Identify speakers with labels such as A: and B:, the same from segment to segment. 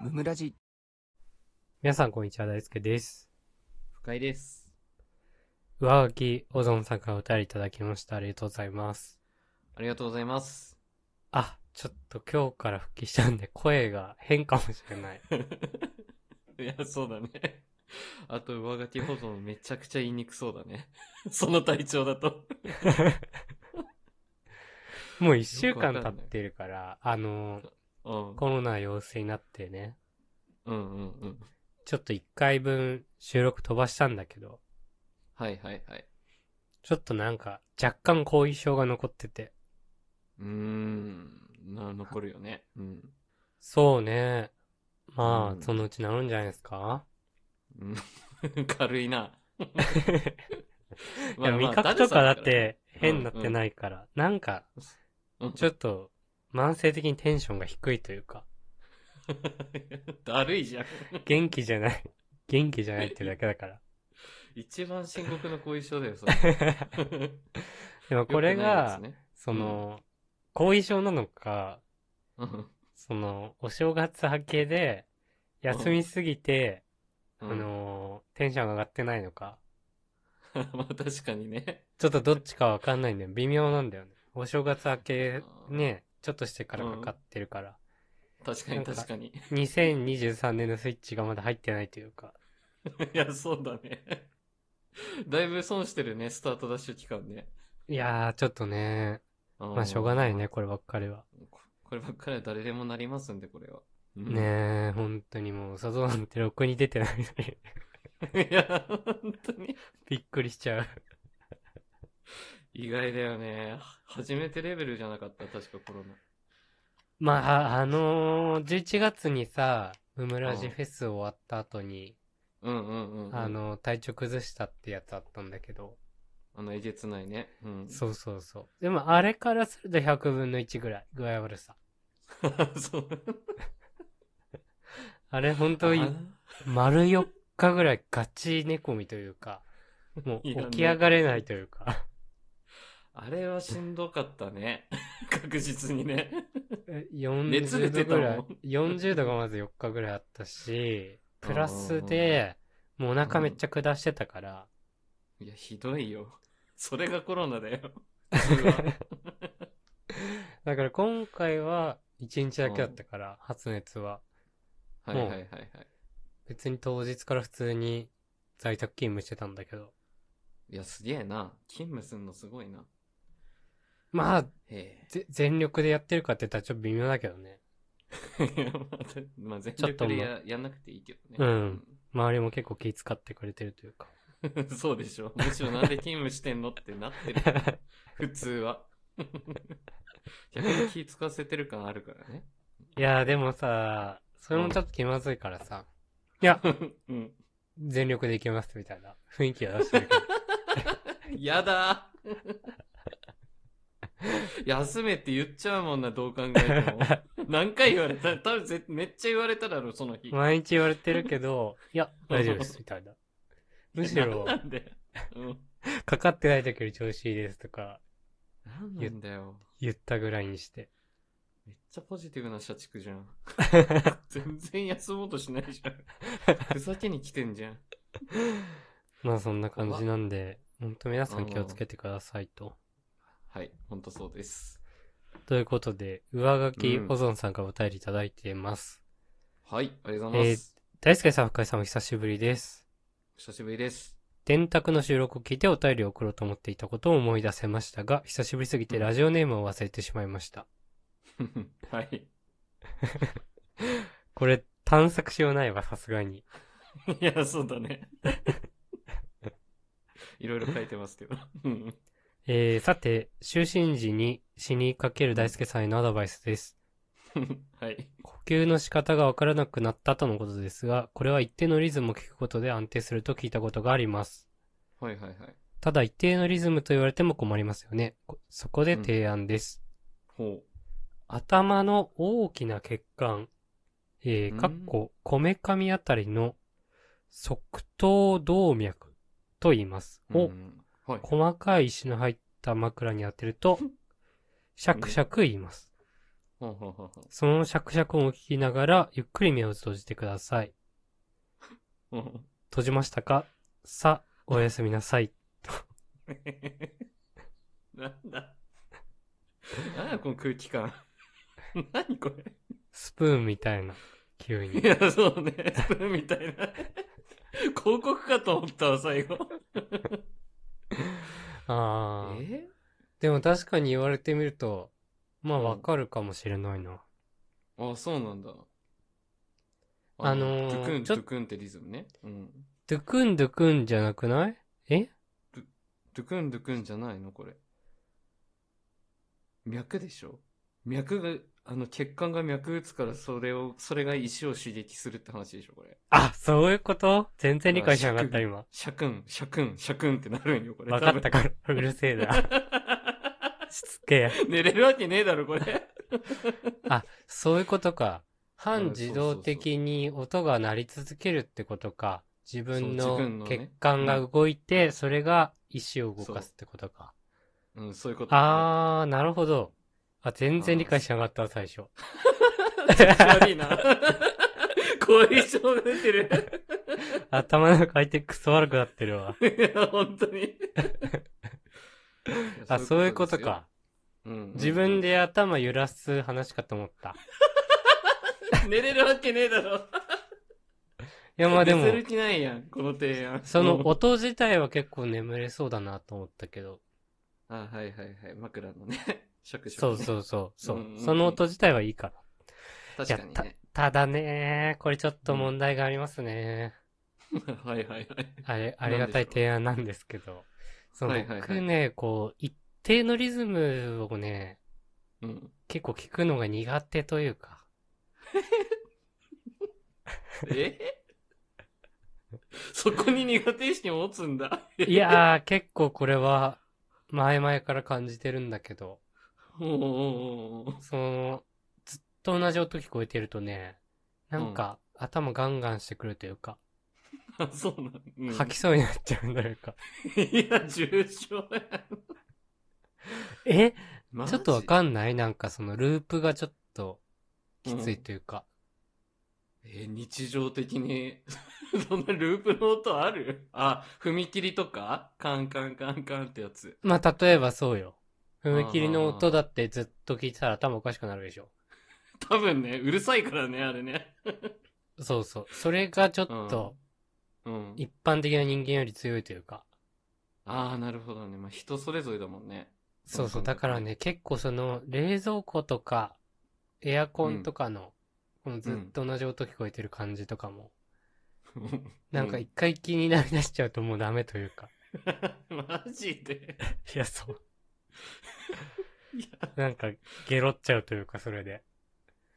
A: ムムラジ
B: 皆さん、こんにちは。大輔です。
C: 深井です。
B: 上書き、オゾンさんからお便りいただきました。ありがとうございます。
C: ありがとうございます。
B: あ、ちょっと今日から復帰したんで、声が変かもしれ ない。
C: いや、そうだね。あと、上書き保存めちゃくちゃ言いにくそうだね。 その体調だと。
B: もう一週間経ってるから、あの、
C: うん。
B: コロナ陽性になってね、
C: うんうんうん。
B: ちょっと一回分収録飛ばしたんだけど、
C: はいはいはい。
B: ちょっとなんか若干後遺症が残ってて。
C: うーん。な、残るよね。うん。
B: そうね。まあ、
C: うん
B: そのうち治るんじゃないですか
C: うん 軽いな。
B: いや、味覚とかだっ、て
C: だからね
B: 変になってないから、なんか、
C: うん、
B: ちょっと、慢性的にテンションが低いというか、
C: だるいじゃん。
B: 元気じゃない。 元気じゃないってだけだから。
C: 一番深刻な後遺症だよ、それ。
B: でもこれが、
C: 良くないや
B: その、後遺症なのか、
C: つね、
B: その、お正月明けで、休みすぎて、
C: あ
B: あのー、テンションが上がってないのか、
C: まあ確かにね。
B: ちょっとどっちかわかんないんだよ。微妙なんだよね。お正月明け、ね、ちょっとしてからかかってるから、
C: 確か
B: な
C: に
B: んか
C: 確かに。 い
B: 2023年のスイッチがまだ入ってないというか、
C: や、そうだね。だいぶ損してるね、スタートダッシュ期間ね。
B: いやー、ちょっとね、
C: ま
B: まあしょうがないね、。こればっかりは。
C: ここればっかりは誰でもなりますんで、これは。うん
B: ねえ、本当にもう、佐藤なんてろくに出てないのに、
C: いや、本当に。
B: びっくりしちゃう。
C: 意外だよね。初めてレベルじゃなかった、確かコロナ。
B: まあ、あのー、11月にさ、ムムラジ
C: うん
B: フェス終わった後に、
C: うんうんうんうん。
B: あ、の、体調崩したってやつあったんだけど、
C: あのえげつないね。うん。
B: そうそうそう。でも、あれからすると100分の1ぐらい、具合悪さ。
C: そう。
B: あれ、本当に、丸4日ぐらいガチ寝込みというか、もう
C: いや
B: 起き上がれないというか、
C: ああれはしんどかったね。 確実にね。熱出
B: 40度
C: てた
B: ぐ
C: もん
B: らい、40度がまず4日ぐらいあった し、プラス
C: うんうん
B: で、もうお腹めっちゃ下してたから、
C: いや、ひどいよ。それがコロナだよ。普通 は
B: だから今回は1日だけだったから、発熱は。
C: はいはいはいはい。
B: 別に当日から普通に在宅勤務してたんだけど。
C: いや、すげえな。勤務すんのすごいな。
B: まあ、
C: へ
B: ぜ全力でやってるかって言ったらちょっと微妙だけどね。
C: え。いやまあた まあ、全
B: ちょっとも
C: 力
B: う
C: でややんなくていいけどね。
B: うん周りも結構気遣ってくれてるというか。
C: うん。 そうでしょ。むしろなんで勤務してんのってなっ てるから。普通は。逆に気使わせてる感あるからね。
B: いやーでもさ、それもちょっと気まずいからさ、いや、
C: うん。
B: 全力でいけますみたいな雰囲気は出してるけど。
C: やだ 休めって言っちゃうもんな、どう考えても。何回言われた多分ぜめっちゃ言われただろ、その日。
B: 毎日言われてるけど、 いや、大丈夫です、みたいな。むしろ、
C: なんなんだよ。うん。
B: かかってない時より調子いいですとか
C: なんなんだよ。
B: 言ったぐらいにして。
C: めっちゃポジティブな社畜じゃん。全然休もうとしないじゃん。ふざけに来てんじゃん。
B: まあそんな感じなんで、ほんと皆さん気をつけてくださいと。
C: はい、ほんとそうです。
B: ということで、上書き
C: うん
B: 保存さんからお便りいただいてます。
C: はい、ありがとうございます。
B: 大輔さん、深井さんお久しぶりです。
C: 久しぶりです。
B: 電卓の収録を聞いてお便りを送ろうと思っていたことを思い出せましたが、久しぶりすぎてラジオネームを忘れてしまいました。
C: はい。
B: これ、探索しようないわ、さすがに。
C: いや、そうだね。いろいろ書いてますけど。 うん
B: えー、さて、就寝時に死にかける大輔さんへのアドバイスです。
C: はい。
B: 呼吸の仕方がわからなくなったとのことですが、これは一定のリズムを聞くことで安定すると聞いたことがあります。
C: はいはいはい。
B: ただ一定のリズムと言われても困りますよね。こそこで提案です。
C: ほ
B: 頭の大きな血管、えー、かっこ、こめかみあたりの側頭動脈と言います。
C: う。
B: を、
C: うんはい。
B: 細かい石の入った枕に当てると、シャクシャク言います。
C: ほんほんほんほん
B: そのシャクシャク音を聞きながら、ゆっくり目を閉じてください。
C: ほんほん。
B: 閉じましたかさ、おやすみなさい。
C: なんだなんだこの空気感。 何これ
B: スプーンみたいな、急に
C: い。や、そうね。 スプーンみたいな。広告かと思ったわ、最後。
B: ああ。
C: え
B: でも確かに言われてみると、まあ
C: うん
B: わかるかもしれないな。
C: あ、そうなんだ。
B: あのー
C: ドゥクン、
B: ちょ
C: ドゥクンってリズムね。うん。
B: ドゥクンドゥクンじゃなくないえ
C: ドゥクン、ドゥクンじゃないのこれ。脈でしょ脈が、あの、血管が脈打つから、それを、それが石を刺激するって話でしょこれ。
B: あ、そういうこと全然理解しなかった
C: あ
B: 今。
C: シャクン、シャクン、シャクンってなるんよ、これ。
B: わかったから、うるせえな。しつけえ。
C: 寝れるわけねえだろ、これ。
B: あ、そういうことか。
C: う
B: 半
C: んそうそうそう
B: 自動的に音が鳴り続けるってことか。自分
C: そう自
B: の
C: 分のね
B: 血管が動いて、それが意志を動かすってことか。
C: うん、そういうこと、
B: あー、なるほど。あ、全然理解しなかったわ、最初。
C: 悪いな。後遺症が出 てる。
B: 頭の回転クソ悪くなってるわ。
C: いや、本当に。
B: あ、そういうことか。。
C: うんうんうん
B: 自分。で頭揺らす話かと思った。
C: 寝れるわけねえだろ。
B: いや、まあでも
C: 寝、せる気ないやん、この提案。
B: その
C: うん
B: 音自体は結構眠れそうだなと思ったけど。
C: あ、はいはいはい。枕のね。 シャクシャク
B: そ
C: ね、
B: うそうそう。そう
C: うんうんうん
B: その音自体はいいから。
C: 確かにね。
B: ただね、これちょっと問題がありますね。
C: はいはいはい。
B: あれ、ありがたい提案なんですけど。その
C: はいはいはい
B: 僕ね、こう、一定のリズムをね、
C: うん。
B: 結構聞くのが苦手という か。
C: え そこに苦手意識持つんだ。
B: いやー、結構これは、前々から感じてるんだけど。
C: おうおうおうおう
B: その、ずっと同じ音聞こえてるとね、なんか、頭ガンガンしてくるというか、
C: あ、そうなん、うん
B: 吐きそうになっちゃうという か、
C: いや、重症や
B: え
C: マジ
B: ちょっとわかんないなんかそのループがちょっときついというか、
C: えー日常的に、 そんなループの音あるあ、踏切とかカンカンカンカンってやつ。
B: まあ例えばそうよ。踏切の音だってずっと聞いてたら頭おかしくなるでしょ。
C: 多分ね、うるさいからね、あれね。
B: そうそう。それがちょっと
C: うん。
B: 一般的な人間より強いというか。
C: ああ、なるほどね。まあ、人それぞれだもんね。
B: そうそう。だからね、結構その冷蔵庫とかエアコンとかの、このずっと同じ音聞こえてる感じとかも、なんか
C: う
B: 一回気になりだしちゃうともうダメというか。
C: マジで。
B: いや、そう。
C: いや
B: なんか、ゲロっちゃうというか、それ で。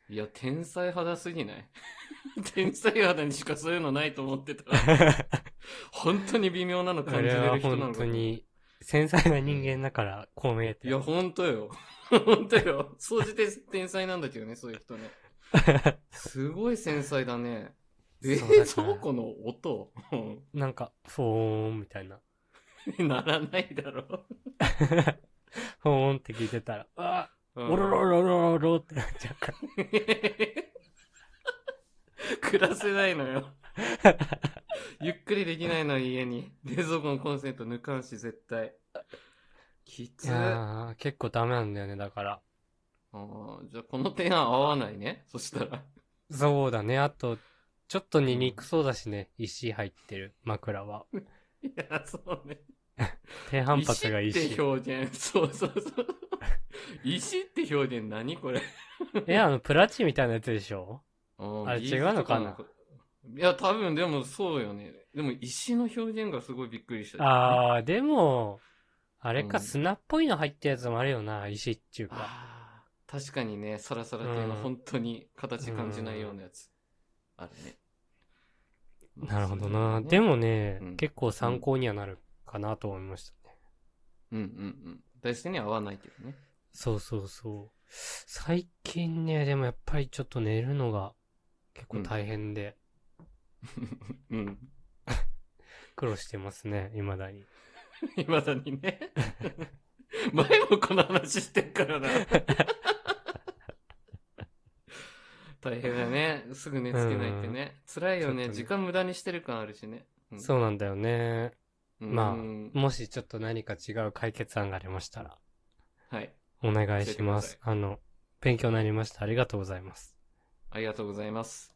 C: いや、天才肌すぎない 天才肌にしかそういうのないと思ってた。本当に微妙なの
B: こ
C: 感じ
B: れ
C: れ
B: は
C: る人なの
B: 本
C: かと
B: 当
C: 思った
B: に、繊細な人間だから、こう見えて。
C: いや、ほんとよ。 ほんとよ。総じて天才なんだけどね、そういう人ね。 すごい繊細だね。冷
B: そうだから
C: 蔵庫の音うん
B: なんか、フォーンみたいな。
C: ならないだろ。
B: フォーンって聞いてたら、あ
C: う
B: おろろろろろろってなっちゃうから。
C: 暮らせないのよ。 ゆっくりできないの、家に。冷蔵庫のコンセント抜かんし、絶対。き
B: い
C: つい。あ
B: やー結構ダメなんだよね、だから。
C: ーじゃあ、この提案合わないね。そしたら。
B: そうだね、あと、ちょっとにくそうだしね、石入ってる枕は。
C: いや、そうね。
B: 低反発が石。
C: 石って表現。そうそうそう。石って表現何これ。
B: え、あの、プラチみたいなやつでしょあ
C: あ
B: れ違うのかない
C: や、多分でもそうよね。でも石の表現がすごいびっくりした。
B: あー、でも、あれか、
C: うん
B: 砂っぽいの入ったやつもあるよな、石っていうか。
C: あー確かにね、サラサラっていうのは
B: うん
C: 本当に形感じないようなやつ。あるね。ま
B: な
C: あ
B: るほどな。
C: そういうのね
B: で、もね、
C: うん
B: 結構参考にはなるかなと思いましたね。
C: うんうんうん。大してには合わないけどね。
B: そうそうそう。最近ね、でもやっぱりちょっと寝るのが結構大変で
C: うん。
B: 苦労してますね、未だに。
C: いまだにね。前もこの話してっからな。 大変だね。すぐ寝つけないってね。辛い
B: ち
C: よ
B: ょっ
C: ね。
B: とね
C: 時間無駄にしてる感あるしね。
B: そうなんだよね。
C: うん
B: まあ
C: うん
B: もしちょっと何か違う解決案がありましたら、
C: はい。
B: お願いしま
C: 教えて
B: す。あの、勉強になりました。ありがとうございます。
C: ありがとうございます。